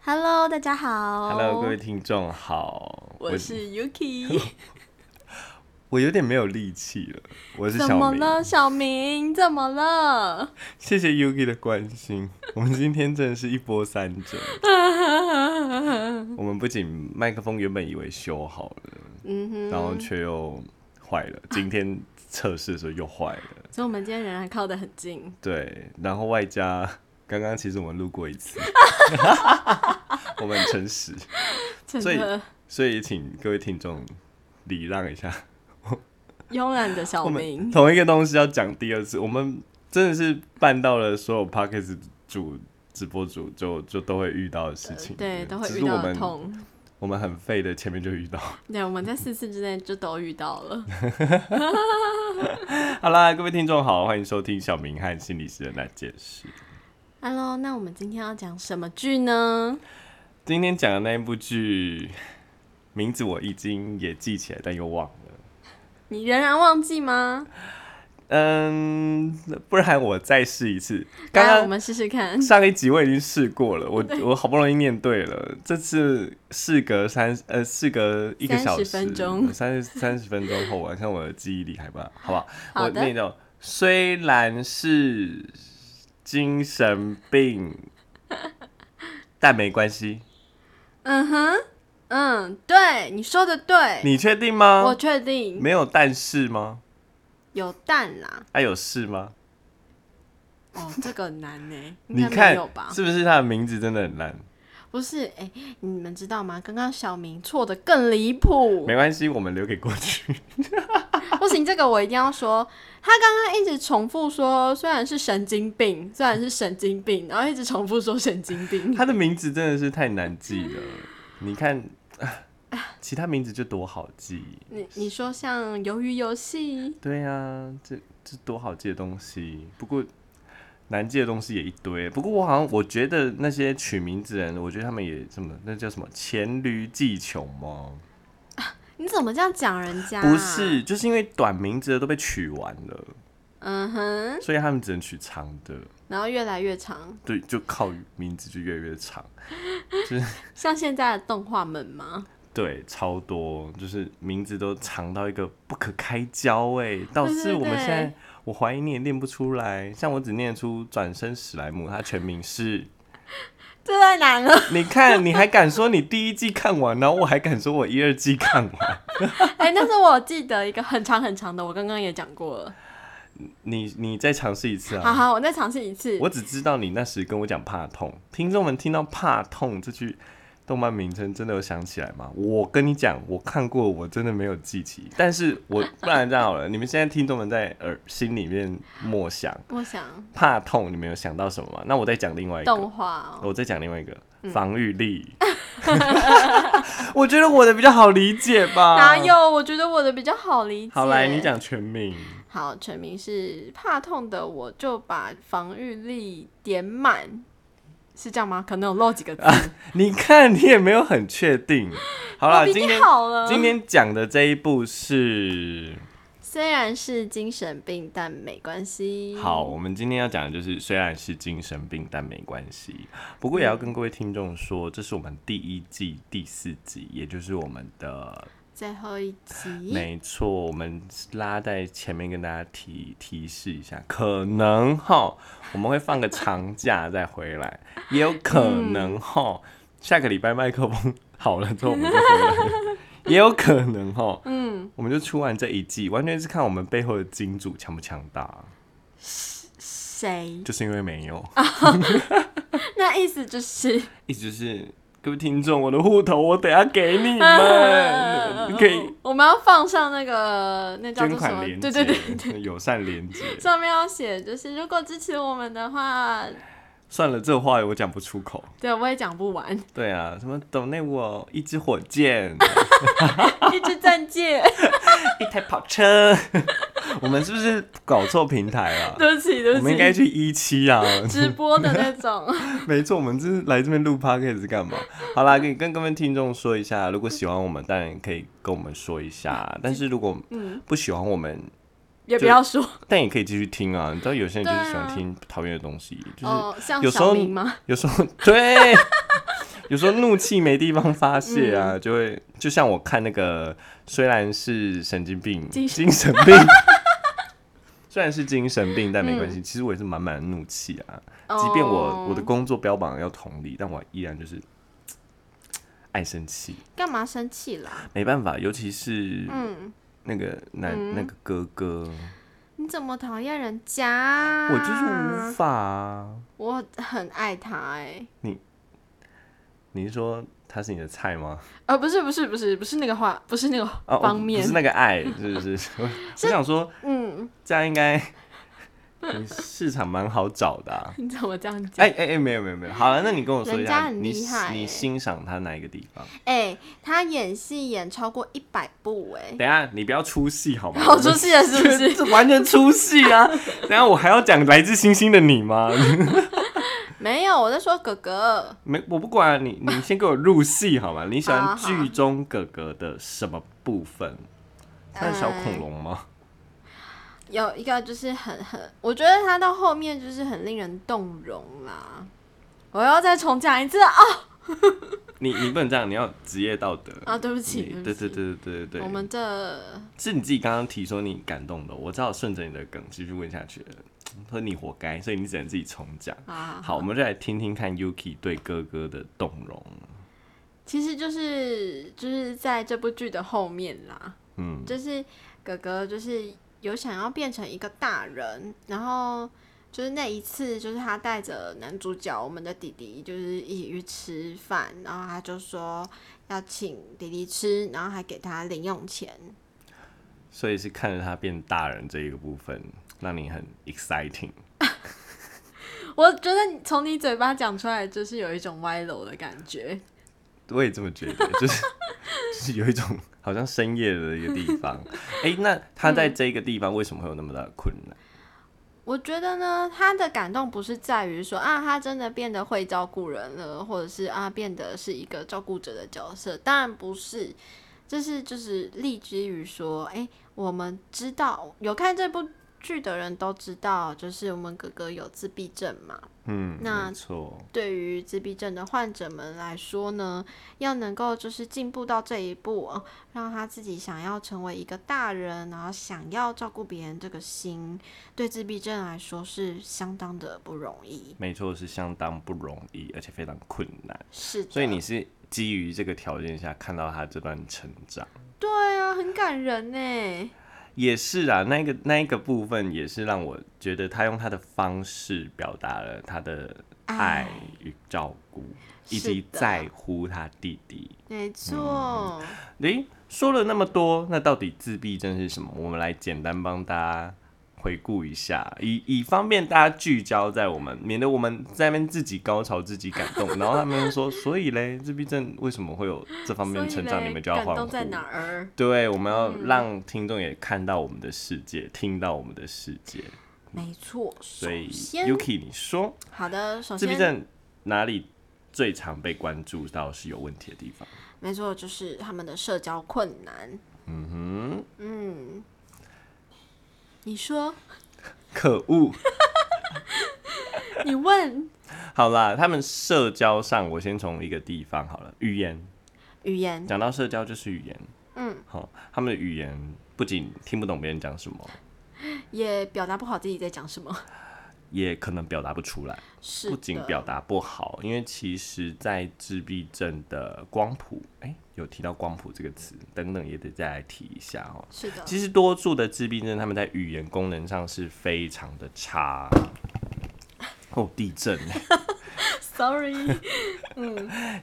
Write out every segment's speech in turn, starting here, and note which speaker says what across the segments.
Speaker 1: Hello，大家好。
Speaker 2: Hello，各位听众好，
Speaker 1: 哦我是 Yuki。
Speaker 2: 我有点没有力气了，我是
Speaker 1: 怎
Speaker 2: 小
Speaker 1: 么
Speaker 2: 明。
Speaker 1: 了，小明？怎么了？
Speaker 2: 谢谢 Yuki 的关心， 我们今天真的是一波三 折。我们不仅麦克风原本以为修好了，
Speaker 1: 嗯哼。
Speaker 2: 然后却又坏 了，今天测试的时候又坏了，
Speaker 1: 所以我们今天人还靠得很近。
Speaker 2: 对，然后外加刚刚其实我们录过 一次， 我们很诚实，
Speaker 1: 真
Speaker 2: 所以
Speaker 1: 的，
Speaker 2: 所以请各位听众礼让一下。
Speaker 1: 慵懒的小
Speaker 2: 我们
Speaker 1: 明。
Speaker 2: 同一个东西要讲第二次，我们真的是办到了所有 p o d c a s t 主直播主就就都会遇到的事情，
Speaker 1: 对，都会遇
Speaker 2: 只是我
Speaker 1: 到
Speaker 2: 们
Speaker 1: 痛。
Speaker 2: 我们很废的，前面就遇到。
Speaker 1: 对，我们在四次之内就都遇到了。
Speaker 2: 好啦，各位听众好，欢迎收听小明和心理师的那件事。
Speaker 1: Hello，那我们今天要讲什么剧呢？
Speaker 2: 今天讲的那一部剧名字我已经也记起来，但又忘了。
Speaker 1: 你仍然忘记吗？
Speaker 2: 嗯，不然我再试一次。刚
Speaker 1: 来
Speaker 2: 刚
Speaker 1: 我们试试看。
Speaker 2: 上一集我已经试过了，我我好不容易念对了，这次事隔三呃事隔一个小时
Speaker 1: 30分钟
Speaker 2: 三十三十分钟后，晚上我的记忆力还不好，好不好？
Speaker 1: 好
Speaker 2: 我
Speaker 1: 的
Speaker 2: 念到虽然是精神病，但没关系，
Speaker 1: 嗯哼，嗯，对，你说的对，
Speaker 2: 你确定吗？
Speaker 1: 我确定
Speaker 2: 没有但是吗？
Speaker 1: 有蛋啦。
Speaker 2: 还、有是吗？
Speaker 1: 哦，这个很难呢，应
Speaker 2: 你
Speaker 1: 该没
Speaker 2: 看
Speaker 1: 有吧？
Speaker 2: 是不是他的名字真的很烂？
Speaker 1: 不是，哎、你们知道吗？刚刚小明错的更离谱，
Speaker 2: 没关系，我们留给过去。
Speaker 1: 不行，这个我一定要说。他刚刚一直重复说，虽然是神经病，虽然是神经病，然后一直重复说神经 病。
Speaker 2: 他的名字真的是太难记了。你看，啊其他名字就多好记。
Speaker 1: 你你说像鱿鱼游戏，
Speaker 2: 对啊，这这多好记的东西。不过难记的东西也一堆。不过我好像我觉得那些取名字人，我觉得他们也什么，那叫什么黔驴技穷吗？
Speaker 1: 你怎么这样讲人家、
Speaker 2: 不是，，就是因为短名字的都被取完了，
Speaker 1: 嗯哼，
Speaker 2: 所以他们只能取长的。
Speaker 1: 然后越来越长，
Speaker 2: 对，就靠名字就越来越长。
Speaker 1: 像现在的动画们吗？
Speaker 2: 对，超多，就是名字都长到一个不可开交哎、倒
Speaker 1: 对对
Speaker 2: 是我们
Speaker 1: 对
Speaker 2: 现在，我怀疑你也念不出来，像我只念得出转身史莱姆，他全名是，
Speaker 1: 这太难了，
Speaker 2: 你看你还敢说你第一季看完，然后我还敢说我一二季看完，
Speaker 1: 哎、但是我记得一个很长很长的，我刚刚也讲过了。
Speaker 2: 你你再尝试一次
Speaker 1: 好
Speaker 2: 啊！
Speaker 1: 好，我再尝试一次。
Speaker 2: 我只知道你那时跟我讲怕痛，听众们听到怕痛这句动漫名称真的有想起来吗？我跟你讲，我看过，我真的没有记起，但是我不然这样好了，你们现在听众们在耳心里面默想。
Speaker 1: 我想
Speaker 2: 怕痛，你们有想到什么吗？那我再讲另外一
Speaker 1: 动嗯
Speaker 2: 个，
Speaker 1: 画、哦。
Speaker 2: 我再讲另外一个、防御力。 我觉得我的比较好理解吧。
Speaker 1: 哪？有？我觉得我的比较好理解。
Speaker 2: 啊好来，你。讲全名。
Speaker 1: 好，全名是怕痛的，我就把防御力点满，是这样吗？可能有漏几 个字，
Speaker 2: 你看，你也没有很确定。好
Speaker 1: 我
Speaker 2: 啦，
Speaker 1: 比
Speaker 2: 今
Speaker 1: 你
Speaker 2: 天
Speaker 1: 好了。
Speaker 2: 今天讲的这一部是
Speaker 1: 虽然是精神病，但没关系。
Speaker 2: 好，，我们今天要讲的就是，虽然是精神病，但没关系。不过也要跟各位听众说，这是我们第一季第四集，也就是我们的
Speaker 1: 最后一集。
Speaker 2: 没错，我们拉在前面跟大家提提示一下，可能哈我们会放个长假再回来，也有可 能哈下个礼拜麦克风好了之后我们就回来，也有可能哈，嗯，我们就出完这一季，完全是看我们背后的金主强不强大，
Speaker 1: 谁？
Speaker 2: 就是因为没有，啊
Speaker 1: 那意思 就是，
Speaker 2: 一直是各位听众，我的户头我等下给
Speaker 1: 嗯
Speaker 2: 你们，你可以。
Speaker 1: 呃我们要放上那个那叫
Speaker 2: 捐
Speaker 1: 做什么
Speaker 2: 款？连
Speaker 1: 对
Speaker 2: 接，
Speaker 1: 对对，
Speaker 2: 友善连接。
Speaker 1: 上面要写就是，如果支持我们的话，
Speaker 2: 算了，这话我讲不出口。
Speaker 1: 对我也讲不 完，
Speaker 2: 对啊，什么抖内我一支火箭，
Speaker 1: 一直战舰。
Speaker 2: 一台跑车， 我们是不是搞错平台了、
Speaker 1: 对不起，对不
Speaker 2: 我
Speaker 1: 起。
Speaker 2: 们应该去一期啊，
Speaker 1: 直播的那 种。
Speaker 2: 没错，我们这是来这边录 podcast 是干嘛？好啦，可以跟各位听众说一下，如果喜欢我们，当然可以跟我们说一 下，但是如果
Speaker 1: 嗯，
Speaker 2: 不喜欢我们，
Speaker 1: 也不
Speaker 2: 就
Speaker 1: 要说
Speaker 2: 但也可以继续听啊。你知道有些人就是喜
Speaker 1: 对啊
Speaker 2: 欢听讨厌的东西，就是
Speaker 1: 哦哦，像
Speaker 2: 有时
Speaker 1: 小
Speaker 2: 候
Speaker 1: 明吗？
Speaker 2: 有时候对， 有时候怒气没地方发泄
Speaker 1: 嗯
Speaker 2: 啊，就会就像我看那个，虽然是神经病、
Speaker 1: 精
Speaker 2: 精
Speaker 1: 神
Speaker 2: 神病， 虽然是精神病，但没关系，其实我也是满满的怒气啊。即便我我的
Speaker 1: 嗯哦
Speaker 2: 工作标榜要同理，但我依然就是爱生气，
Speaker 1: 干嘛生气啦？
Speaker 2: 没办法，尤其是
Speaker 1: 嗯，
Speaker 2: 那个男、那个哥哥，
Speaker 1: 你怎么讨厌人家啊？
Speaker 2: 我就是无法、啊。
Speaker 1: 我很爱他哎、
Speaker 2: 你是说他是你的菜吗？
Speaker 1: 呃，不是不是不是不是那个话，不是那个
Speaker 2: 哦，
Speaker 1: 方
Speaker 2: 哦
Speaker 1: 面
Speaker 2: 不是，那个爱，是不 是？我我想说，
Speaker 1: 嗯，
Speaker 2: 这样应该你市场蛮好找的、啊。
Speaker 1: 你怎么这样讲？
Speaker 2: 哎哎哎，没有没有没有，好了，那你跟我说一
Speaker 1: 人家
Speaker 2: 下，
Speaker 1: 很
Speaker 2: 你
Speaker 1: 厉害欸
Speaker 2: 你欣赏他哪一个地方？
Speaker 1: 哎、他演戏演超过一百部哎、
Speaker 2: 等一下你不要出戏好 吗？
Speaker 1: 好哦出戏了是不是？
Speaker 2: 这完全出戏啊！等一下我还要讲来自星星的你吗？
Speaker 1: 没有，我在说哥哥，
Speaker 2: 没，我不管、啊、你，你先给我入戏好吗？你喜
Speaker 1: 好
Speaker 2: 欢
Speaker 1: 啊好啊
Speaker 2: 剧中哥哥的什么部分？他是小恐龙
Speaker 1: 呃
Speaker 2: 吗？
Speaker 1: 有一个就是很很，我觉得他到后面就是很令人动容啦。我要再重讲一次啊！
Speaker 2: 你你不能这样，你要职业道德。
Speaker 1: 啊，对不起，
Speaker 2: 你
Speaker 1: 不
Speaker 2: 对
Speaker 1: 起
Speaker 2: 对对对对对，
Speaker 1: 我们这
Speaker 2: 是你自己刚刚提说你感动的，我只好顺着你的梗继续问下去了。说你活该，所以你只能自己重讲。
Speaker 1: 啊，
Speaker 2: 好，我们就来听听看 Yuki 对哥哥的动容。
Speaker 1: 其实就是就是在这部剧的后面啦，
Speaker 2: 嗯，
Speaker 1: 就是哥哥就是有想要变成一个大人，然后就是那一次就是他带着男主角我们的弟弟就是一起去吃饭，然后他就说要请弟弟吃，然后还给他零用钱，
Speaker 2: 所以是看着他变大人这一个部分，让你很 exciting。
Speaker 1: 我觉得你从你嘴巴讲出来，就是有一种歪楼的感觉。
Speaker 2: 我也这么觉得， 就是就是有一种 好像深夜的一个地方。 哎、那他在这个地方为什么会有那么大的困难？
Speaker 1: 我觉得呢，他的感动不是在于说啊，他真的变得会照顾人了，或者是啊，变得是一个照顾者的角色，当然不是。这是就是立基于说，哎、我们知道有看这部剧的人都知道，就是我们哥哥有自闭症嘛，
Speaker 2: 嗯，
Speaker 1: 那
Speaker 2: 没错，
Speaker 1: 对于自闭症的患者们来说呢，要能够就是进步到这一步，呃让他自己想要成为一个大人，然后想要照顾别人这个心，对自闭症来说是相当的不容易。
Speaker 2: 没错，是相当不容易，而且非常困难。
Speaker 1: 是的，
Speaker 2: 所以你是基于这个条件下看到他这段成长，
Speaker 1: 对啊，很感人呢。
Speaker 2: 也是啊，那个那一个部分也是让我觉得他用他的方式表达了他的爱与照顾，以
Speaker 1: 是
Speaker 2: 及
Speaker 1: 的
Speaker 2: 在乎他弟弟。
Speaker 1: 没错，
Speaker 2: 嗯诶，说了那么多，那到底自闭症是什么？我们来简单帮大家回顾一下，以以方便大家聚焦在我们，免得我们在那边自己高潮、自己感动，然后他们又说，所以嘞，自闭症为什么会有这方面
Speaker 1: 所以
Speaker 2: 成长？
Speaker 1: 嘞
Speaker 2: 你们就要
Speaker 1: 感
Speaker 2: 欢
Speaker 1: 动
Speaker 2: 呼。
Speaker 1: 在哪儿？
Speaker 2: 对，我们要
Speaker 1: 嗯
Speaker 2: 让听众也看到我们的世界，听到我们的世界。
Speaker 1: 没错，首
Speaker 2: 所以
Speaker 1: 先，
Speaker 2: ，Yuki，你说
Speaker 1: 好的，首
Speaker 2: 自闭
Speaker 1: 先，
Speaker 2: 症哪里最常被关注到是有问题的地方？
Speaker 1: 没错，就是他们的社交困难。
Speaker 2: 嗯哼，
Speaker 1: 嗯，你说，
Speaker 2: 可恶。
Speaker 1: 你问。
Speaker 2: 好啦，他们社交上，我先从一个地方好了，语言。
Speaker 1: 语言，
Speaker 2: 讲到社交就是语言，
Speaker 1: 嗯，
Speaker 2: 好、他们的语言不仅听不懂别人讲什么，
Speaker 1: 也表达不好自己在讲什么。
Speaker 2: 也可能表达不出来，
Speaker 1: 是
Speaker 2: 不仅
Speaker 1: 的
Speaker 2: 表达不好，因为其实在自闭症的光谱，哎、有提到光谱这个词，等等也得再来提一下哦。
Speaker 1: 是的，
Speaker 2: 其实多数的自闭症，他们在语言功能上是非常的差。哦，地震 欸
Speaker 1: sorry，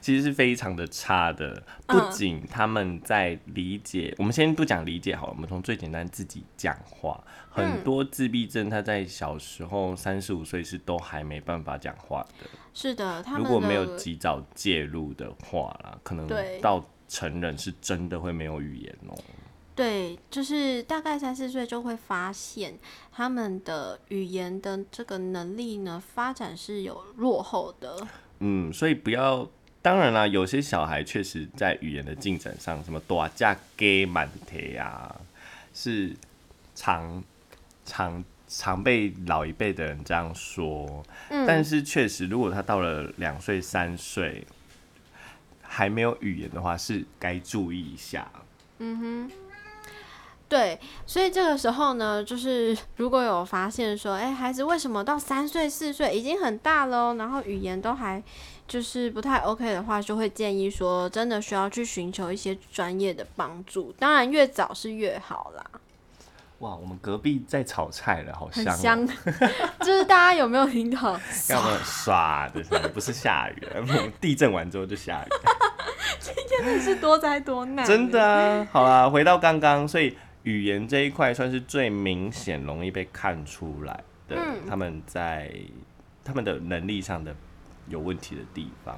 Speaker 2: 其实是非常的差的。不
Speaker 1: 嗯
Speaker 2: 仅他们在理解，我们先不讲理解好了，我们从最简单自己讲话。
Speaker 1: 嗯
Speaker 2: 很多自闭症他在小时候三十五岁是都还没办法讲话的，
Speaker 1: 是的，他们
Speaker 2: 如果没有
Speaker 1: 的
Speaker 2: 及早介入的话啦，可能
Speaker 1: 对
Speaker 2: 到成人是真的会没有语言哦、
Speaker 1: 对，就是大概三四岁就会发现他们的语言的这个能力呢，发展是有落后的。
Speaker 2: 嗯，所以不要。当然啦，有些小孩确实在语言的进展上，什么多架给满贴啊，是常常常被老一辈的人
Speaker 1: 嗯
Speaker 2: 这样说。但是确实，如果他到了两岁、三岁，还没有语言的话，是该注意一下。
Speaker 1: 对，所以这个时候呢，就是 如果有发现说，哎，孩子为什么到三岁、四岁已经很大了哦，然后语言都还就是不太 OK 的话，就会建议说，真的需要去寻求一些专业的帮助，当然越早是越好啦。
Speaker 2: 哇，我们隔壁在炒菜了，好
Speaker 1: 很
Speaker 2: 香、哦，
Speaker 1: 香， 就是大家有没有听到？
Speaker 2: 要么唰的声音，不是下雨 了，地震完之后就下雨。
Speaker 1: 是多灾多难，
Speaker 2: 真的。啊，好啦，回到刚刚，所以语言这一块算是最明显、容易被看出来的，他们在他们的能力上的有问题的地方。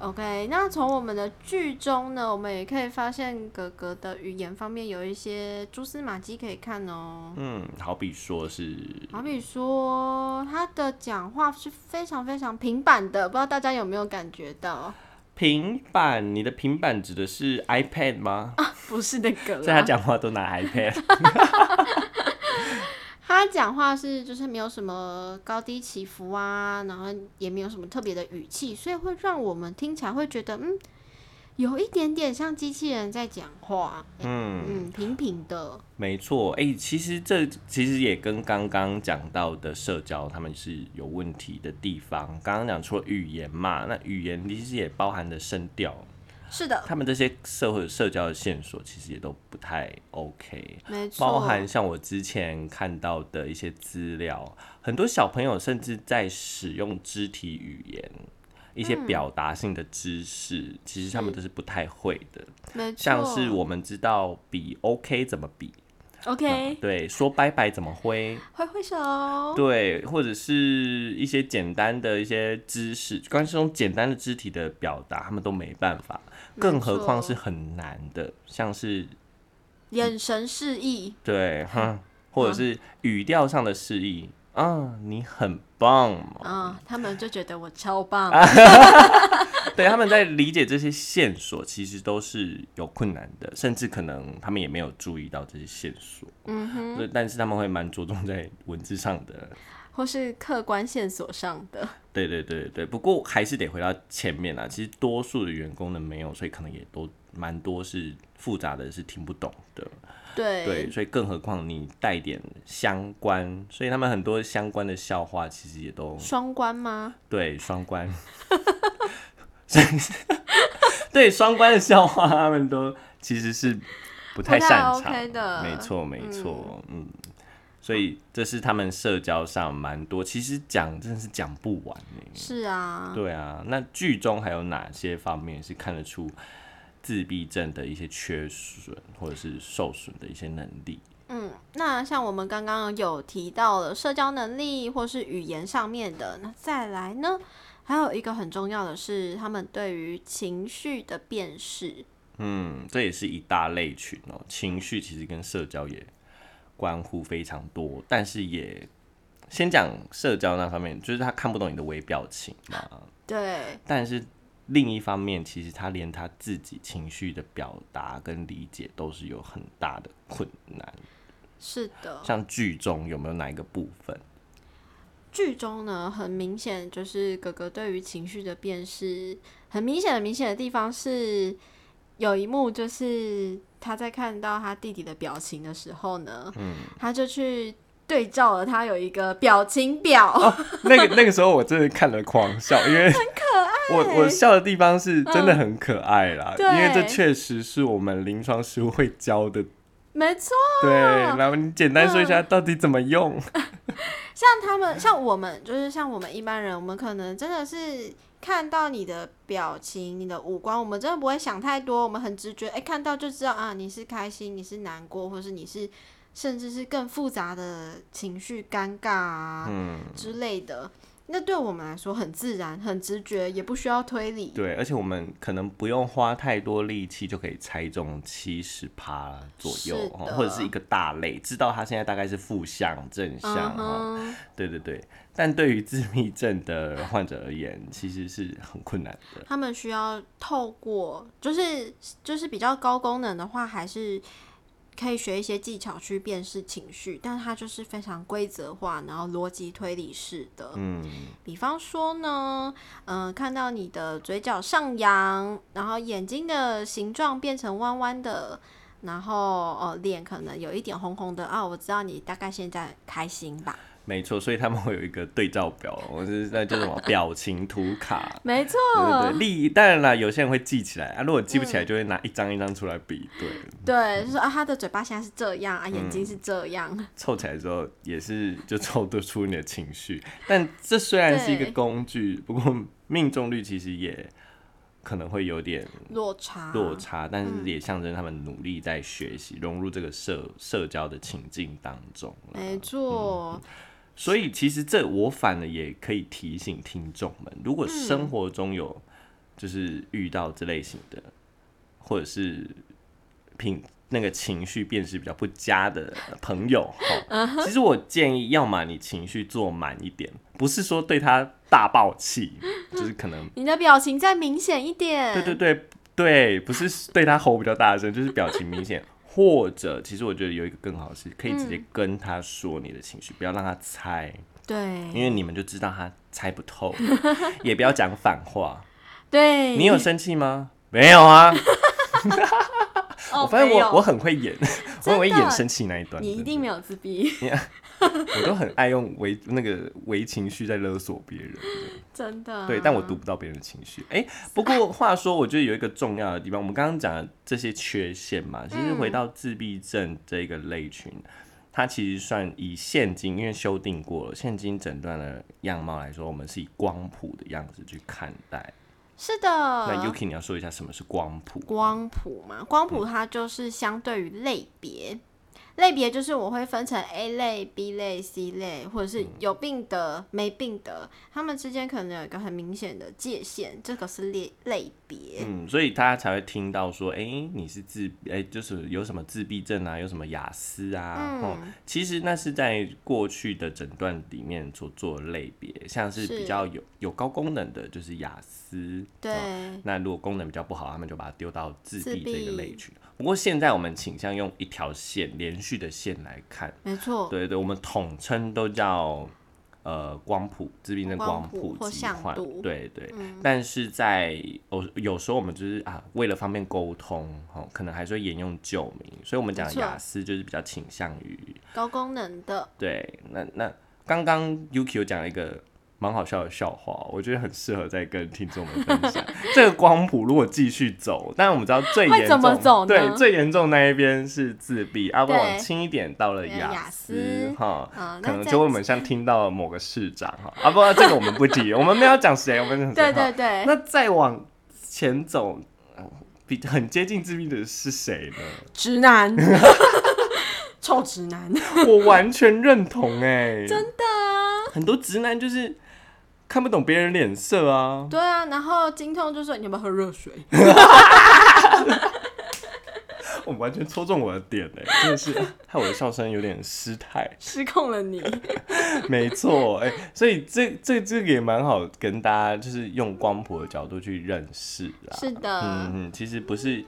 Speaker 1: OK，那从我们的剧中呢，我们也可以发现哥哥的语言方面有一些蛛丝马迹可以看哦。
Speaker 2: 嗯，好比说是
Speaker 1: 好比说，他的讲话是非常非常平板的，不知道大家有没有感觉到？
Speaker 2: 平板，你的平板指的是 iPad 吗？
Speaker 1: 不是那个
Speaker 2: 所以他
Speaker 1: 啦，
Speaker 2: 讲话都拿 iPad。
Speaker 1: 他讲话是就是没有什么高低起伏啊，然后也没有什么特别的语气，所以会让我们听起来会觉得，嗯，有一点点像机器人在讲话，
Speaker 2: 嗯，
Speaker 1: 嗯，平平的，
Speaker 2: 没错。哎、其实这其实也跟刚刚讲到的社交他们是有问题的地方。刚刚讲除了语言嘛，那语言其实也包含了声调。
Speaker 1: 是的，
Speaker 2: 他们这些社会社交的线索其实也都不太 OK，
Speaker 1: 没错，
Speaker 2: 包含像我之前看到的一些资料，很多小朋友甚至在使用肢体语言。
Speaker 1: 嗯
Speaker 2: 一些表达性的知识，其实他们都是不太会的。
Speaker 1: 没错，
Speaker 2: 像是我们知道比 OK 怎么比，
Speaker 1: OK，
Speaker 2: 对，说拜拜怎么挥，
Speaker 1: 挥挥手，
Speaker 2: 对，或者是一些简单的一些知识，光是用简单的肢体的表达，他们都没办法，
Speaker 1: 没
Speaker 2: 更何况
Speaker 1: 错
Speaker 2: 是很难的，像是
Speaker 1: 眼神示意，
Speaker 2: 对， 哼，
Speaker 1: 嗯
Speaker 2: 或者是语调上的示意啊，你很棒哦嘛，
Speaker 1: 啊、他们就觉得我超棒，
Speaker 2: 对，他们在理解这些线索，其实都是有困难的，甚至可能他们也没有注意到这些线索，
Speaker 1: 嗯哼，
Speaker 2: 所以但是他们会蛮着重在文字上的。
Speaker 1: 或是客观线索上 的，
Speaker 2: 对对对对，不过还是得回到前面啦。其实多数的员工呢没有，所以可能也都蛮多是复杂的，是听不懂的。
Speaker 1: 对，
Speaker 2: 对，所以更何况你带点相关，所以他们很多相关的笑话其实也都
Speaker 1: 双关吗？
Speaker 2: 对双关， 所以对双关的笑话他们都其实是不太
Speaker 1: 不太
Speaker 2: 擅长
Speaker 1: OK 呃的
Speaker 2: 没错没错，嗯。所以这是他们社交上蛮多，其实讲真的是讲不完欸
Speaker 1: 是啊，
Speaker 2: 对啊，那剧中还有哪些方面是看得出自闭症的一些缺损或者是受损的一些能力？
Speaker 1: 嗯，那像我们刚刚有提到了社交能力或是语言上面的，那再来呢，还有一个很重要的是他们对于情绪的辨识，
Speaker 2: 嗯，这也是一大类群哦。情绪其实跟社交也关乎非常多，但是也先讲社交那方面，就是他看不懂你的微表情嘛。
Speaker 1: 对，
Speaker 2: 但是另一方面，其实他连他自己情绪的表达跟理解都是有很大的困难。
Speaker 1: 是的。
Speaker 2: 像剧中有没有哪一个部分？
Speaker 1: 剧中呢，很明显就是哥哥对于情绪的辨识，很明显、很明显的地方是，有一幕就是他在看到他弟弟的表情的时候呢，他就去对照了他有一个表情表，
Speaker 2: 那个那个时候我真的看了狂笑，因为很可爱。我我笑的地方是真的很可爱啦，
Speaker 1: 嗯对
Speaker 2: 因为这确实是我们临床师会教
Speaker 1: 哦
Speaker 2: 的。
Speaker 1: 没错，
Speaker 2: 对，然后你简单说一
Speaker 1: 嗯
Speaker 2: 下到底怎么用。
Speaker 1: 像他们，像我们，就是像我们一般人，我们可能真的是看到你的表情、你的五官，我们真的不会想太多，我们很直觉，哎、看到就知道啊，你是开心，你是难过，或是你是甚至是更复杂的情绪，尴尬啊、
Speaker 2: 嗯，
Speaker 1: 之类的。那对我们来说很自然、很直觉，也不需要推理。
Speaker 2: 对，而且我们可能不用花太多力气就可以猜中七十趴左右
Speaker 1: 是，的
Speaker 2: 哦或者是一个大类，知道它现在大概是负向、正向
Speaker 1: 嗯
Speaker 2: 哈。
Speaker 1: 哼，
Speaker 2: 对对对，但对于自闭症的患者而言，其实是很困难的。
Speaker 1: 他们需要透过，就是就是比较高功能的话，还是可以学一些技巧去辨识情绪，但它就是非常规则化，然后逻辑推理式的。
Speaker 2: 嗯，
Speaker 1: 比方说呢，嗯、看到你的嘴角上扬，然后眼睛的形状变成弯弯的，然后呃脸可能有一点红红的啊，我知道你大概现在开心吧？
Speaker 2: 没错，所以他们会有一个对照表，我是在叫什么表情图 卡。
Speaker 1: 没错，
Speaker 2: 对对对，例当然啦，有些人会记起来啊，如果记不起来，就会拿一张一张出来比对，
Speaker 1: 对，就是说啊，他的嘴巴现在是这样啊，
Speaker 2: 嗯
Speaker 1: 眼睛是这样，
Speaker 2: 凑起来之后也是就凑得出你的情绪。但这虽然是一个
Speaker 1: 对
Speaker 2: 工具，不过命中率其实也可能会有点
Speaker 1: 落差，
Speaker 2: 落差，但是也象征他们努力在学习，融入这个社社交的情境当中啦。
Speaker 1: 没错，
Speaker 2: 所以其实这我反而也可以提醒听众们，如果生活中有就是遇到这类型的，或者是品那个情绪辨识比较不佳的朋友哈，其实我建议，要么你情绪做满一点，不是说对他大爆气，就是可能
Speaker 1: 你的表情再明显一点，
Speaker 2: 对对对对，不是对他吼比较大声，就是表情明显。或者，其实我觉得有一个更好的是，可以直接跟他说你的情绪，不要让他猜。
Speaker 1: 对
Speaker 2: 因为你们就知道他猜不透了，也不要讲反话。
Speaker 1: 对，
Speaker 2: 你有生气吗？没有啊，
Speaker 1: 哦
Speaker 2: 我发现
Speaker 1: 没有
Speaker 2: 我我很会演，我很会
Speaker 1: 真的
Speaker 2: 演生气那一段。
Speaker 1: 你一定没
Speaker 2: 有，
Speaker 1: 有自闭，
Speaker 2: 我都很爱用为那个为情绪在勒索别人。
Speaker 1: 真的啊、
Speaker 2: 对，但我读不到别人的情绪。哎、不过话说，我觉得有一个重要的地方，我们刚刚讲的这些缺陷嘛，其实
Speaker 1: 嗯
Speaker 2: 回到自闭症这个类群，它其实算以现今因为修订过了现今诊断的样貌来说，我们是以光谱的样子去看待。
Speaker 1: 是的，
Speaker 2: 那 Yuki，你要说一下什么是光谱？
Speaker 1: 啊光谱嘛，光谱
Speaker 2: 嗯
Speaker 1: 它就是相对于类别，类别就是我会分成 A 类、B 类、C 类，或者是
Speaker 2: 嗯
Speaker 1: 有病的、没病的，他们之间可能有一个很明显的界限，这个是类类别。
Speaker 2: 嗯，所以大家才会听到说，哎、你是自，哎、就是有什么自闭症啊，有什么雅思
Speaker 1: 嗯
Speaker 2: 啊，哦、其实那是在过去的诊断里面所做的类别，像是
Speaker 1: 是
Speaker 2: 比较有有高功能的，就是雅思，哦
Speaker 1: 对，
Speaker 2: 那如果功能比较不好，他们就把它丢到自
Speaker 1: 自
Speaker 2: 闭这个
Speaker 1: 闭
Speaker 2: 类群。不过现在我们倾向用一条线连续的线来看，
Speaker 1: 没错，
Speaker 2: 对对，我们统称都叫呃光谱自闭症
Speaker 1: 光
Speaker 2: 光
Speaker 1: 谱
Speaker 2: 谱
Speaker 1: 或嗯
Speaker 2: 疾
Speaker 1: 向
Speaker 2: 患
Speaker 1: 度，
Speaker 2: 对对。但是在有有时候我们就是啊，为了方便沟通，哦，可能还是会沿用旧名，所以我们讲
Speaker 1: 没错
Speaker 2: 雅思就是比较倾向于
Speaker 1: 高功能的，
Speaker 2: 对。那那刚刚 Yuki 有讲了一个。蛮好笑的笑话，我觉得很适合再跟听众们分 享。这个光谱如果继续走，但我们知道最
Speaker 1: 会
Speaker 2: 严
Speaker 1: 怎么走
Speaker 2: 重，对
Speaker 1: 呢
Speaker 2: 最严重那一边是自闭，啊，不往
Speaker 1: 对
Speaker 2: 轻一点到了
Speaker 1: 对
Speaker 2: 雅
Speaker 1: 雅思
Speaker 2: 哈，
Speaker 1: 嗯，
Speaker 2: 可
Speaker 1: 那
Speaker 2: 能
Speaker 1: 这
Speaker 2: 就会我们像听到某个市长哈啊，不，这个我们不提，我们没有讲谁，我们没有讲谁
Speaker 1: 对对对
Speaker 2: 哈，那再往前走，呃比很接近致命的是谁呢？
Speaker 1: 直男， 臭直男，
Speaker 2: 我完全认同哎、
Speaker 1: 真的啊。
Speaker 2: 很多直男就是看不懂别人脸色啊，
Speaker 1: 对啊，然后经痛就说你有没有喝热水？
Speaker 2: 我完全戳中我的点哎、真的是害我的笑声有点失态。
Speaker 1: 失控了你。
Speaker 2: 没错，哎、所以这这这个也蛮好跟大家就是用光谱的角度去认识啊。
Speaker 1: 是的，
Speaker 2: 嗯嗯，其实不是，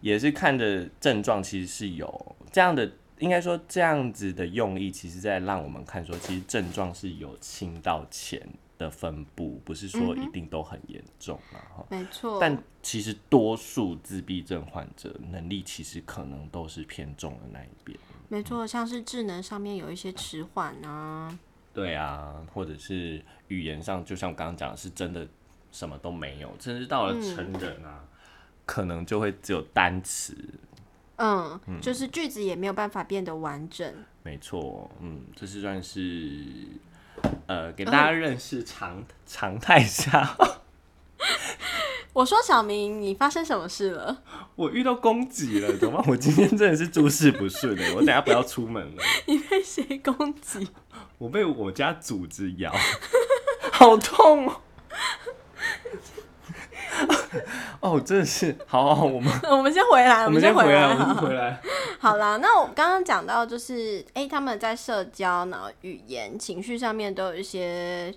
Speaker 2: 也是看着症状，其实是有这样的，应该说这样子的用意，其实在让我们看说，其实症状是有轻到浅的分布，不是说一定都很严重啊。哈、
Speaker 1: 没错。
Speaker 2: 但其实多数自闭症患者能力其实可能都是偏重的那一边。
Speaker 1: 没错，像是智能上面有一些迟缓啊，
Speaker 2: 对啊，或者是语言上，就像我刚刚讲的，是真的什么都没有，甚至到了成人啊，可能就会只有单词。
Speaker 1: 嗯，就是句子也没有办法变得完整。
Speaker 2: 没错，嗯，这是算是呃给大
Speaker 1: 嗯
Speaker 2: 家认识常、常态下，
Speaker 1: 我说小明，你发生什么事了？
Speaker 2: 我遇到攻击了，懂吗？我今天真的是诸事不顺欸的，我等下不要出门了，
Speaker 1: 你被谁攻击？
Speaker 2: 我被我家组织咬， 好痛哦！ 哦，真的是，好好，我们
Speaker 1: 我们先回来，
Speaker 2: 我
Speaker 1: 们
Speaker 2: 先
Speaker 1: 回
Speaker 2: 来，我
Speaker 1: 好
Speaker 2: 们先
Speaker 1: 了
Speaker 2: 回来，
Speaker 1: 好啦，那我刚刚讲到就是，诶，他们在社交、然后语言、情绪上面都有一些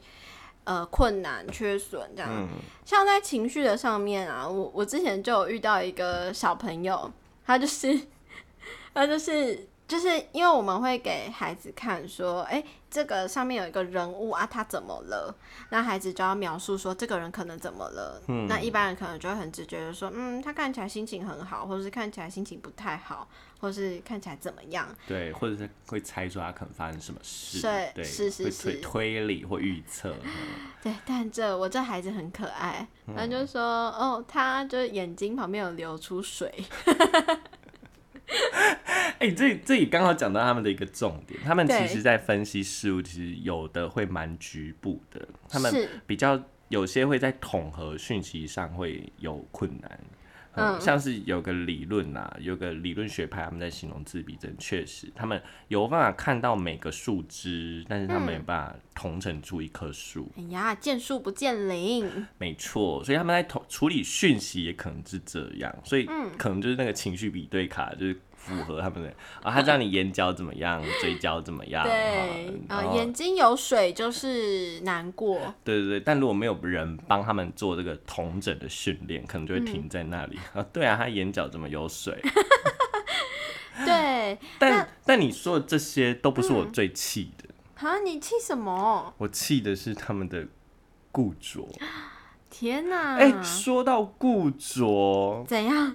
Speaker 1: 呃困难、缺损这样。像在情绪的上面啊，我我之前就有遇到一个小朋友，他就是 那就是就是因为我们会给孩子看说，哎、这个上面有一个人物啊，他怎么了？那孩子就要描述说这个人可能怎么了。那一般人可能就会很直觉的说，嗯，他看起来心情很好，或是看起来心情不太好，或是看起来怎么样。
Speaker 2: 对，或者是会猜出他可能发生什么事，
Speaker 1: 是
Speaker 2: 对，
Speaker 1: 是是
Speaker 2: 会
Speaker 1: 是
Speaker 2: 推推理或预测，嗯
Speaker 1: 对，但这我这孩子很可爱，他就说，哦，他就是眼睛旁边有流出水，
Speaker 2: 哎、这这里刚好讲到他们的一个重点，他们
Speaker 1: 对
Speaker 2: 其实在分析事物，其实有的会蛮局部的，他们
Speaker 1: 是
Speaker 2: 比较有些会在统合讯息上会有困难。嗯，
Speaker 1: 嗯
Speaker 2: 像是有个理论啊，有个理论学派，他们在形容自闭症，确实他们有办法看到每个树枝，但是他们没
Speaker 1: 嗯
Speaker 2: 有办法统整出一棵树。
Speaker 1: 哎呀，见树不见林，
Speaker 2: 没错，所以他们在统处理讯息也可能是这样，所以
Speaker 1: 嗯
Speaker 2: 可能就是那个情绪比对卡就是符合他们的啊，他让你眼角怎么样，嘴角怎么样，
Speaker 1: 对，
Speaker 2: 啊
Speaker 1: 呃，
Speaker 2: 然后
Speaker 1: 眼睛有水就是难过，
Speaker 2: 对对对，但如果没有人帮他们做这个同整的训练，可能就会
Speaker 1: 嗯
Speaker 2: 停在那里、 啊。对啊，他眼角怎么 有水？
Speaker 1: 对，
Speaker 2: 但但你说的这些都不是
Speaker 1: 嗯
Speaker 2: 我最气的，
Speaker 1: 啊，你气什么？
Speaker 2: 我气的是他们的固着。
Speaker 1: 啊天哪！
Speaker 2: 哎、说到固着，
Speaker 1: 怎样？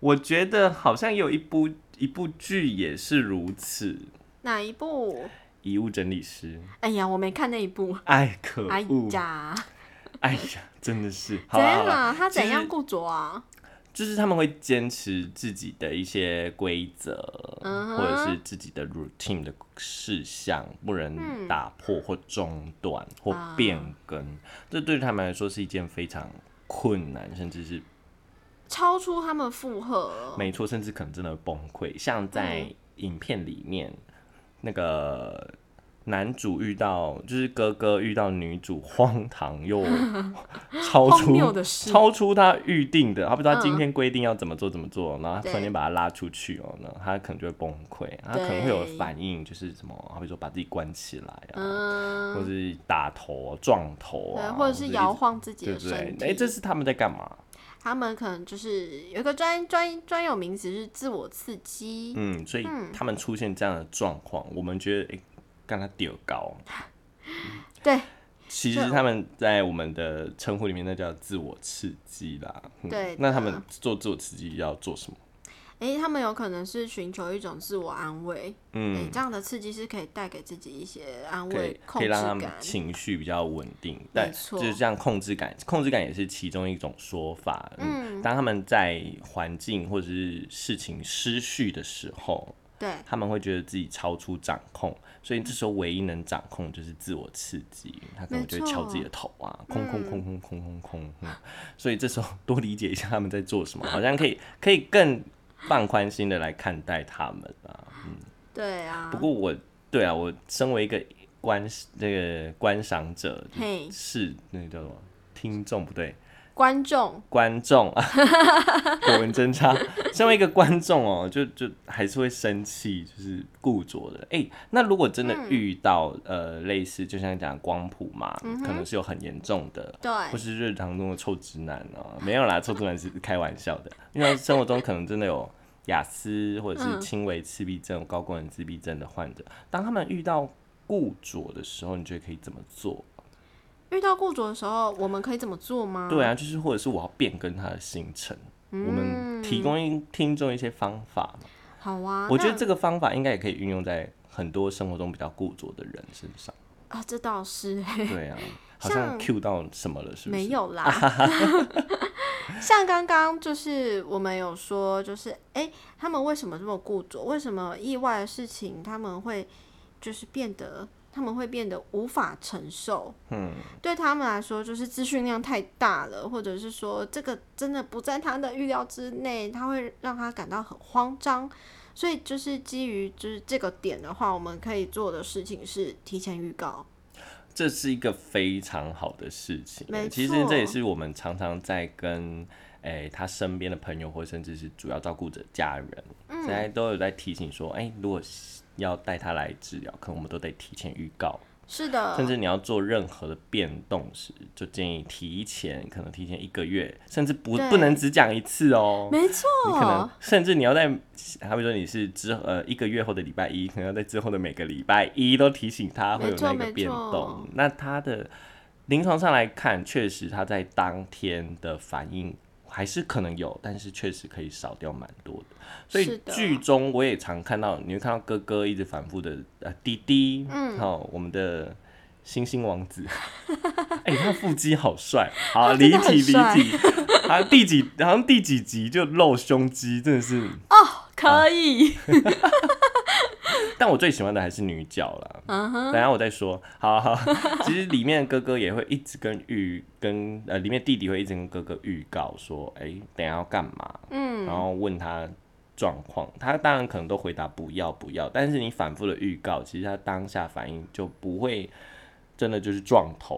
Speaker 2: 我觉得好像有一部一部剧也是如此，《
Speaker 1: 哪一部？
Speaker 2: 遗物整理师》。
Speaker 1: 哎呀，我没看那一部。
Speaker 2: 哎，可
Speaker 1: 哎
Speaker 2: 恶！
Speaker 1: 呀，
Speaker 2: 哎呀，真 的是。好
Speaker 1: 怎
Speaker 2: 啦
Speaker 1: 样
Speaker 2: 好啦
Speaker 1: 啊？他怎
Speaker 2: 其
Speaker 1: 样
Speaker 2: 实
Speaker 1: 固着啊？
Speaker 2: 就是他们会坚持自己的一些规则
Speaker 1: 嗯哼
Speaker 2: 或者是自己的 routine 的事项，不能打破或中断或
Speaker 1: 嗯啊
Speaker 2: 变更。这对他们来说是一件非常困难，甚至是
Speaker 1: 超出他们负荷。
Speaker 2: 没错，甚至可能真的崩溃。像在
Speaker 1: 嗯
Speaker 2: 影片里面，那个男主遇到就是哥哥遇到女主，荒 唐又超
Speaker 1: 荒谬
Speaker 2: 出
Speaker 1: 的事
Speaker 2: 超出他预定的，他不知道
Speaker 1: 嗯
Speaker 2: 今天规定要怎么做怎么做，然后他突然
Speaker 1: 对
Speaker 2: 间把他拉出去哦，那他可能就会崩溃，他可能会有反应，就是什么，好比说把自己关起来啊，
Speaker 1: 嗯，
Speaker 2: 或是打头、撞头
Speaker 1: 对，
Speaker 2: 啊，
Speaker 1: 或者是
Speaker 2: 一直
Speaker 1: 摇。晃自己
Speaker 2: 对
Speaker 1: 的
Speaker 2: 不
Speaker 1: 身
Speaker 2: 对？
Speaker 1: 体。
Speaker 2: 哎、这是他们在干嘛？
Speaker 1: 他们可能就是有一个专专专有名词是自我刺激。
Speaker 2: 嗯，所以他们出现这样的状况，我们觉得哎，干、他丢高。
Speaker 1: 对
Speaker 2: 其实他们在我们的称呼里面，那叫自我刺激啦。嗯
Speaker 1: 对
Speaker 2: 那他
Speaker 1: 的
Speaker 2: 们做自我刺激要做什么？
Speaker 1: 哎，他们有可能是寻求一种自我安慰。哎
Speaker 2: 嗯，，
Speaker 1: 这样的刺激是可以带给自己一些安
Speaker 2: 可
Speaker 1: 慰
Speaker 2: 以、
Speaker 1: 控
Speaker 2: 可以
Speaker 1: 制
Speaker 2: 让他们
Speaker 1: 感。
Speaker 2: 情绪比较稳定，但
Speaker 1: 错
Speaker 2: 就是这样控制感，控制感也是其中一种说法。嗯，当他们在环境或者是事情失序的时候，
Speaker 1: 对，
Speaker 2: 他们会觉得自己超出掌控，所以这时候唯一能掌控就是自我刺激，他可能就会敲自己的头啊，空空空空空空空、嗯所以这时候多理解一下他们在做什么，好像可以可以更放宽心的来看待他们啊。
Speaker 1: 对啊。
Speaker 2: 不过我对啊，我身为一个观这个观赏者，
Speaker 1: 嘿，
Speaker 2: 是那个叫什么听众不对，
Speaker 1: 观众，
Speaker 2: 观众啊， 国文真差。身为一个观众哦，就就还是会生气，就是固着的。哎、那如果真的遇到、呃类似，就像讲光谱嘛，可能是有很严重的。
Speaker 1: 对，
Speaker 2: 或是日常中的臭直男哦，没有啦，臭直男是开玩笑的，因为生活中可能真的有雅思或者是轻微自闭症、高功能自闭症的患者，当他们遇到固着的时候，你觉得可以怎么做？
Speaker 1: 遇到固着的时候，我们可以怎么做吗？嗯
Speaker 2: 对啊，就是或者是我要变更他的行程，我们提供一听众一些方法嘛。
Speaker 1: 好啊，
Speaker 2: 我觉得
Speaker 1: 那
Speaker 2: 这个方法应该也可以运用在很多生活中比较固着的人身 上。
Speaker 1: 啊，这倒是
Speaker 2: 对啊，好像
Speaker 1: 像
Speaker 2: cue 到什么了，是不
Speaker 1: 没
Speaker 2: 是？
Speaker 1: 有 啦。 像刚刚就是我们有说，就是哎、诶他们为什么这么固着？为什么意外的事情他们会就是变得，他们会变得无法承受？
Speaker 2: 嗯，
Speaker 1: 对他们来说，就是资讯量太大了，或者是说这个真的不在他的预料之内，他会让他感到很慌张。所以就是基于就是这个点的话，我们可以做的事情是提前预告。
Speaker 2: 这是一个非常好的事情欸
Speaker 1: 没。
Speaker 2: 其实
Speaker 1: 错
Speaker 2: 这也是我们常常在跟诶、他身边的朋友，或甚至是主要照顾者家人，
Speaker 1: 嗯
Speaker 2: 现在都有在提醒说，哎、如果是要带他来治疗，可能我们都得提前预告。
Speaker 1: 是的，
Speaker 2: 甚至你要做任何的变动时，就建议提前，可能提前一个月，甚至不
Speaker 1: 对
Speaker 2: 不能只讲一次哦。
Speaker 1: 没错，
Speaker 2: 你可能甚至你要在，好比说你是之后呃一个月后的礼拜一，可能要在之后的每个礼拜一都提醒他会有
Speaker 1: 没错
Speaker 2: 那个
Speaker 1: 没
Speaker 2: 变
Speaker 1: 错
Speaker 2: 动。那他的临床上来看，确实他在当天的反应还是可能有，但是确实可以少掉蛮多的。所
Speaker 1: 是
Speaker 2: 以
Speaker 1: 的
Speaker 2: 剧中我也常看到，你会看到哥哥一直反复的呃滴滴，
Speaker 1: 嗯
Speaker 2: 好、我们的。星星 王子，哎、他腹肌好帅，好
Speaker 1: 他真
Speaker 2: 离
Speaker 1: 的很
Speaker 2: 题离
Speaker 1: 帅
Speaker 2: 题，好像第几好像第几集就露胸肌，真的是。
Speaker 1: 可
Speaker 2: 啊
Speaker 1: 以，
Speaker 2: 但我最喜欢的还是女角啦，
Speaker 1: 嗯哼，
Speaker 2: 等一下我再说。好好， 其实里面哥哥也会一直跟预跟呃，里面弟弟会一直跟哥哥预告说，哎、等一下要干嘛，
Speaker 1: 嗯，
Speaker 2: 然后问他状况，他当然可能都回答不要不要，但是你反复的预告，其实他当下反应就不会真的就是撞头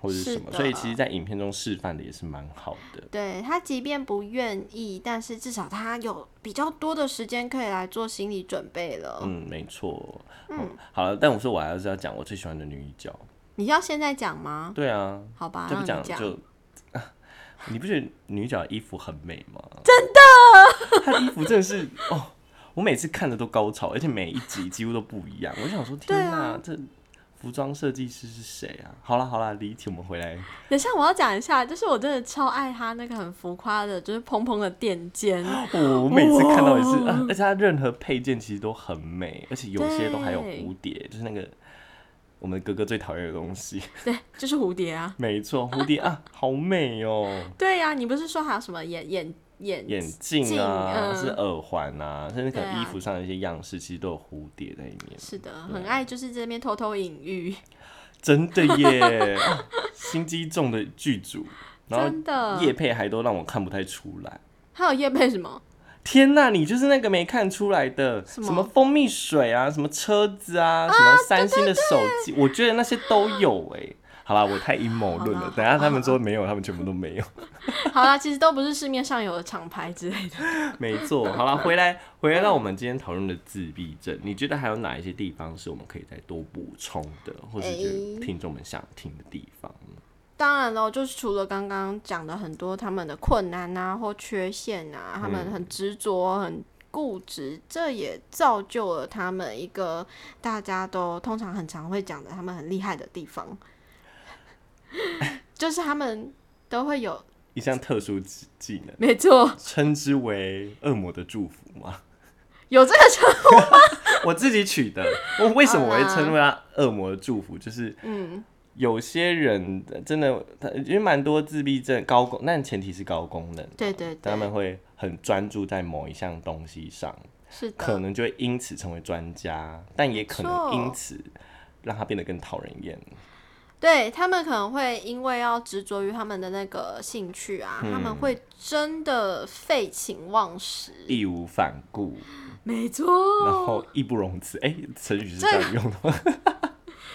Speaker 2: 或者是
Speaker 1: 是
Speaker 2: 什么，
Speaker 1: 的
Speaker 2: 所以其实，在影片中示范的也是蛮好的。
Speaker 1: 对他，即便不愿意，但是至少他有比较多的时间可以来做心理准备了。
Speaker 2: 嗯，没错。嗯，好了，但我说我还是要讲我最喜欢的女角。
Speaker 1: 你要现在讲吗？
Speaker 2: 对啊，
Speaker 1: 好吧，
Speaker 2: 再
Speaker 1: 让你
Speaker 2: 不讲
Speaker 1: 讲。
Speaker 2: 就、啊你不觉得女角衣服很美 吗？真的，她的衣服真的是哦，我每次看的都高潮，而且每一集几乎都不一样。我就想说，天
Speaker 1: 对
Speaker 2: 哪，
Speaker 1: 啊
Speaker 2: 这服装设计师是谁啊？好啦好啦，离题，我们回来。
Speaker 1: 等一下我要讲一下，就是我真的超爱他那个很浮夸的，就是蓬蓬的垫 肩，哦
Speaker 2: 我每次看到也是，啊而且它任何配件其实都很美，而且有些都还有
Speaker 1: 对
Speaker 2: 蝴蝶，就是那个我们哥哥最讨厌的东西。
Speaker 1: 对，就是蝴蝶啊。
Speaker 2: 没错，蝴蝶啊，好美哦。
Speaker 1: 对呀、你不是说还有什么眼眼眼
Speaker 2: 眼镜
Speaker 1: 镜
Speaker 2: 啊，
Speaker 1: 嗯
Speaker 2: 是耳环啊，甚至可
Speaker 1: 对
Speaker 2: 能
Speaker 1: 啊
Speaker 2: 衣服上的一些样式，其实都有蝴蝶在里面。
Speaker 1: 是的，很爱就是这边偷偷隐喻，
Speaker 2: 真的 耶，啊心机重的剧组，然后
Speaker 1: 真的。
Speaker 2: 叶配还都让我看不太出来。
Speaker 1: 还有叶配什 么？
Speaker 2: 天呐，你就是那个没看出来的，
Speaker 1: 什
Speaker 2: 什
Speaker 1: 么
Speaker 2: 么蜂蜜水啊，什么车子啊，什么三星的手机，我觉得那些都有哎、好啦，我太阴谋论
Speaker 1: 好
Speaker 2: 了
Speaker 1: 啦。
Speaker 2: 等一下他们说没有，他们全部都没有。
Speaker 1: 好啦，其实都不是市面上有的厂牌之类的。
Speaker 2: 没错，好了，回来回来到我们今天讨论的自闭症，你觉得还有哪一些地方是我们可以再多补充的，或是觉
Speaker 1: 诶
Speaker 2: 得听众们想听的地方？
Speaker 1: 当然喽，就是除了刚刚讲的很多他们的困难啊或缺陷啊，他们很执着、很固执，这也造就了他们一个大家都通常很常会讲的他们很厉害的地方，就是他们都会有，
Speaker 2: 一项特殊技技能，
Speaker 1: 没错，
Speaker 2: 称之为“恶魔的祝福”吗？
Speaker 1: 有这个成，
Speaker 2: 我自己取的。我为什么我会
Speaker 1: 好啦
Speaker 2: 称为它“恶魔的祝福”？就是
Speaker 1: 啊嗯，
Speaker 2: 有些人呃真的，他因为蛮多自闭症高功，但前提是高功能，
Speaker 1: 对对
Speaker 2: 他
Speaker 1: 对，
Speaker 2: 们会很专注在某一项东西上，
Speaker 1: 是
Speaker 2: 可
Speaker 1: 的，
Speaker 2: 能就会因此成为专家，但也可能
Speaker 1: 没错
Speaker 2: 因此让他变得更讨人厌。
Speaker 1: 对他们可能会因为要执着于他们的那个兴趣啊，他们会真的废寝忘食，
Speaker 2: 义无反顾，
Speaker 1: 没错，
Speaker 2: 然后义不容辞。哎、成语是这样用的吗？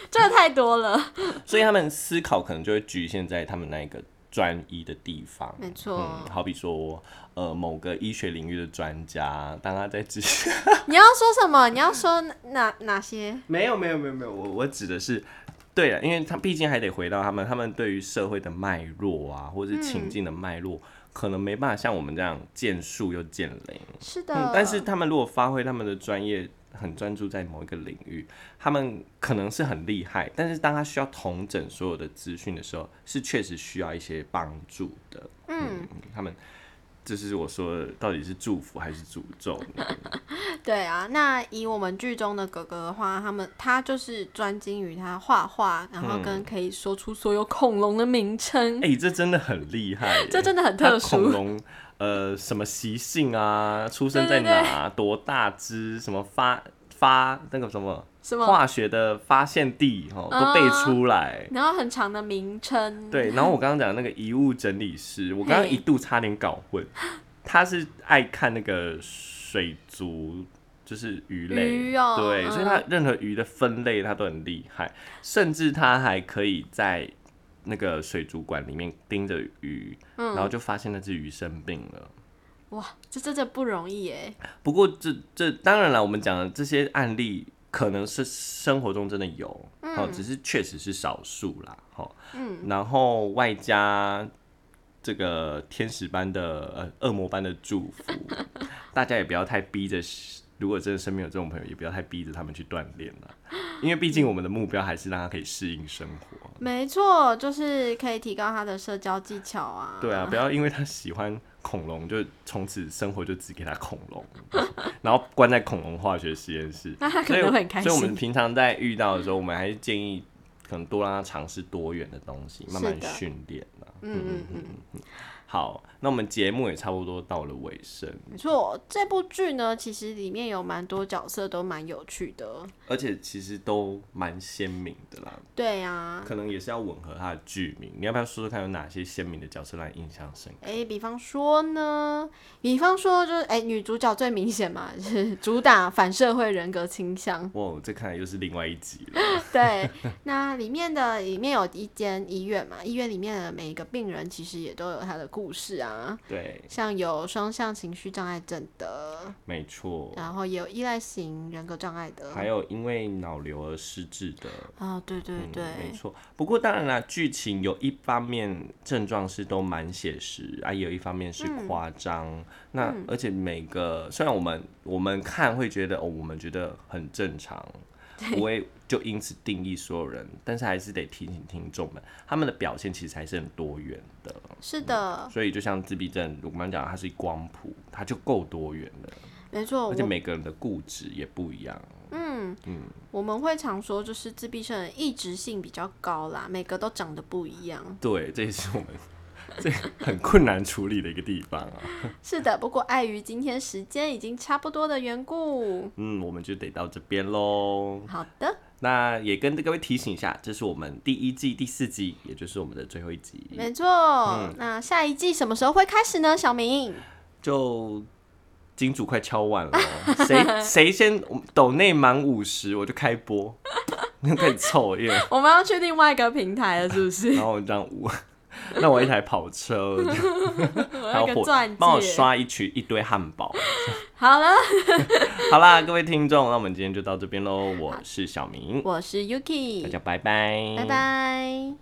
Speaker 1: 这个太多了，
Speaker 2: 所以他们思考可能就会局限在他们那一个专一的地方。
Speaker 1: 没错。
Speaker 2: 嗯，好比说，呃，某个医学领域的专家，当他在指
Speaker 1: 你要说什么？ 你要说哪哪哪些？
Speaker 2: 没有没有没有没有，我我指的是，对啊了，因为他毕竟还得回到他们，他们对于社会的脉络啊，或者是情境的脉络，可能没办法像我们这样见树又见林。
Speaker 1: 是的，
Speaker 2: 嗯，但是他们如果发挥他们的专业，很专注在某一个领域，他们可能是很厉害，但是当他需要统整所有的资讯的时候，是确实需要一些帮助的。
Speaker 1: 嗯，
Speaker 2: 嗯他们。这是我说的，到底是祝福还是诅咒呢？
Speaker 1: 对啊。那以我们剧中的哥哥的话，他们他就是专精于他画画，然后跟可以说出所有恐龙的名称。
Speaker 2: 哎、这真的很厉害耶，
Speaker 1: 这真的很
Speaker 2: 它
Speaker 1: 特
Speaker 2: 恐
Speaker 1: 殊，
Speaker 2: 龙呃什么习性啊，出生在哪啊、多大只，什么发发那个什么
Speaker 1: 什么？
Speaker 2: 化学的发现地哦，
Speaker 1: 啊
Speaker 2: 都背出来。
Speaker 1: 然后很长的名称，
Speaker 2: 对，然后我刚刚讲的那个遗物整理师，我刚刚
Speaker 1: 嗯嘿
Speaker 2: 一度差点搞混，他是爱看那个水族。就是鱼类，
Speaker 1: 鱼哦
Speaker 2: 对，
Speaker 1: 嗯
Speaker 2: 所以他任何鱼的分类他都很厉害，甚至他还可以在那个水族馆里面盯着鱼，
Speaker 1: 嗯
Speaker 2: 然后就发现那只鱼生病了，
Speaker 1: 哇，这真的不容易耶。
Speaker 2: 不过这这当然了，我们讲的这些案例可能是生活中真的有，哦，只是确实是少数啦，哦，嗯，然后外加这个天使般的呃恶魔般的祝福，大家也不要太逼着，如果真的身边有这种朋友，也不要太逼着他们去锻炼了，因为毕竟我们的目标还是让他可以适应生活，
Speaker 1: 没错，就是可以提高他的社交技巧啊。
Speaker 2: 对啊，不要因为他喜欢恐龙， 就从此生活就只给他恐龙， 然后关在恐龙化学实验室。
Speaker 1: 那他可能会很开
Speaker 2: 所以我们
Speaker 1: 心。
Speaker 2: 平常在遇到的时候，我们还是建议可能多让他尝试多元的东西，
Speaker 1: 是
Speaker 2: 慢慢
Speaker 1: 的
Speaker 2: 训练啊啦。
Speaker 1: 嗯嗯嗯，
Speaker 2: 好，那我们节目也差不多到了尾声，
Speaker 1: 没错，这部剧呢，其实里面有蛮多角色都蛮有趣的。
Speaker 2: 而且其实都蛮鲜明的啦，
Speaker 1: 对啊，
Speaker 2: 可能也是要吻合他的剧名。你要不要说说看有哪些鲜明的角色让你印象深刻？
Speaker 1: 诶，比方说呢，比方说就是诶，女主角最明显嘛， 就是主打反社会人格倾 向。
Speaker 2: 哇，这看来又是另外一集了。
Speaker 1: 对，那里面的里面有一间医院嘛，医院里面的每一个病人其实也都有他的故事啊，
Speaker 2: 对，哦
Speaker 1: 像有双向情绪障碍症的，
Speaker 2: 没错。
Speaker 1: 然后也有依赖型人格障碍的，
Speaker 2: 还有因为脑瘤而失智的，
Speaker 1: 啊、对对
Speaker 2: 嗯
Speaker 1: 对，
Speaker 2: 没错。不过当然啦，剧情有一方面症状是都蛮写实啊，也有一方面是
Speaker 1: 嗯
Speaker 2: 夸张。那、而且每个虽然我们我们看会觉得哦，我们觉得很正常，不会就因此定义所有人，但是还是得提醒听众们，他们的表现其实还是很多元的。
Speaker 1: 是
Speaker 2: 嗯
Speaker 1: 的，
Speaker 2: 所以就像自闭症，我们讲它是光谱，它就够多元了，
Speaker 1: 没错，
Speaker 2: 而且
Speaker 1: 哦我
Speaker 2: 每个人的固执也不一样。
Speaker 1: 我们会常说就是自闭症人异质性比较高啦，每个都长得不一样。
Speaker 2: 对，这也是我们这很困难处理的一个地方啊。
Speaker 1: 是的，不过碍于今天时间已经差不多的缘故，
Speaker 2: 嗯，我们就得到这边喽。
Speaker 1: 好的，
Speaker 2: 那也跟各位提醒一下，这是我们第一季第四集，也就是我们的最后一集，
Speaker 1: 没错。那下一季什么时候会开始呢？小明。
Speaker 2: 就。金主快敲碗了哦， 谁谁先抖内满五十，我就开播，那开始凑耶。
Speaker 1: 我们要去另外一个平台了，是不是？
Speaker 2: 然后我这样五，那我一台跑车，
Speaker 1: 我
Speaker 2: 还
Speaker 1: 要
Speaker 2: 有
Speaker 1: 一个
Speaker 2: 火
Speaker 1: 钻戒。
Speaker 2: 帮我刷一群一堆汉堡。
Speaker 1: 好了，
Speaker 2: 好啦，各位听众，那我们今天就到这边喽。我是小明，
Speaker 1: 我是
Speaker 2: 大
Speaker 1: Yuki，
Speaker 2: 家拜拜，
Speaker 1: 拜拜。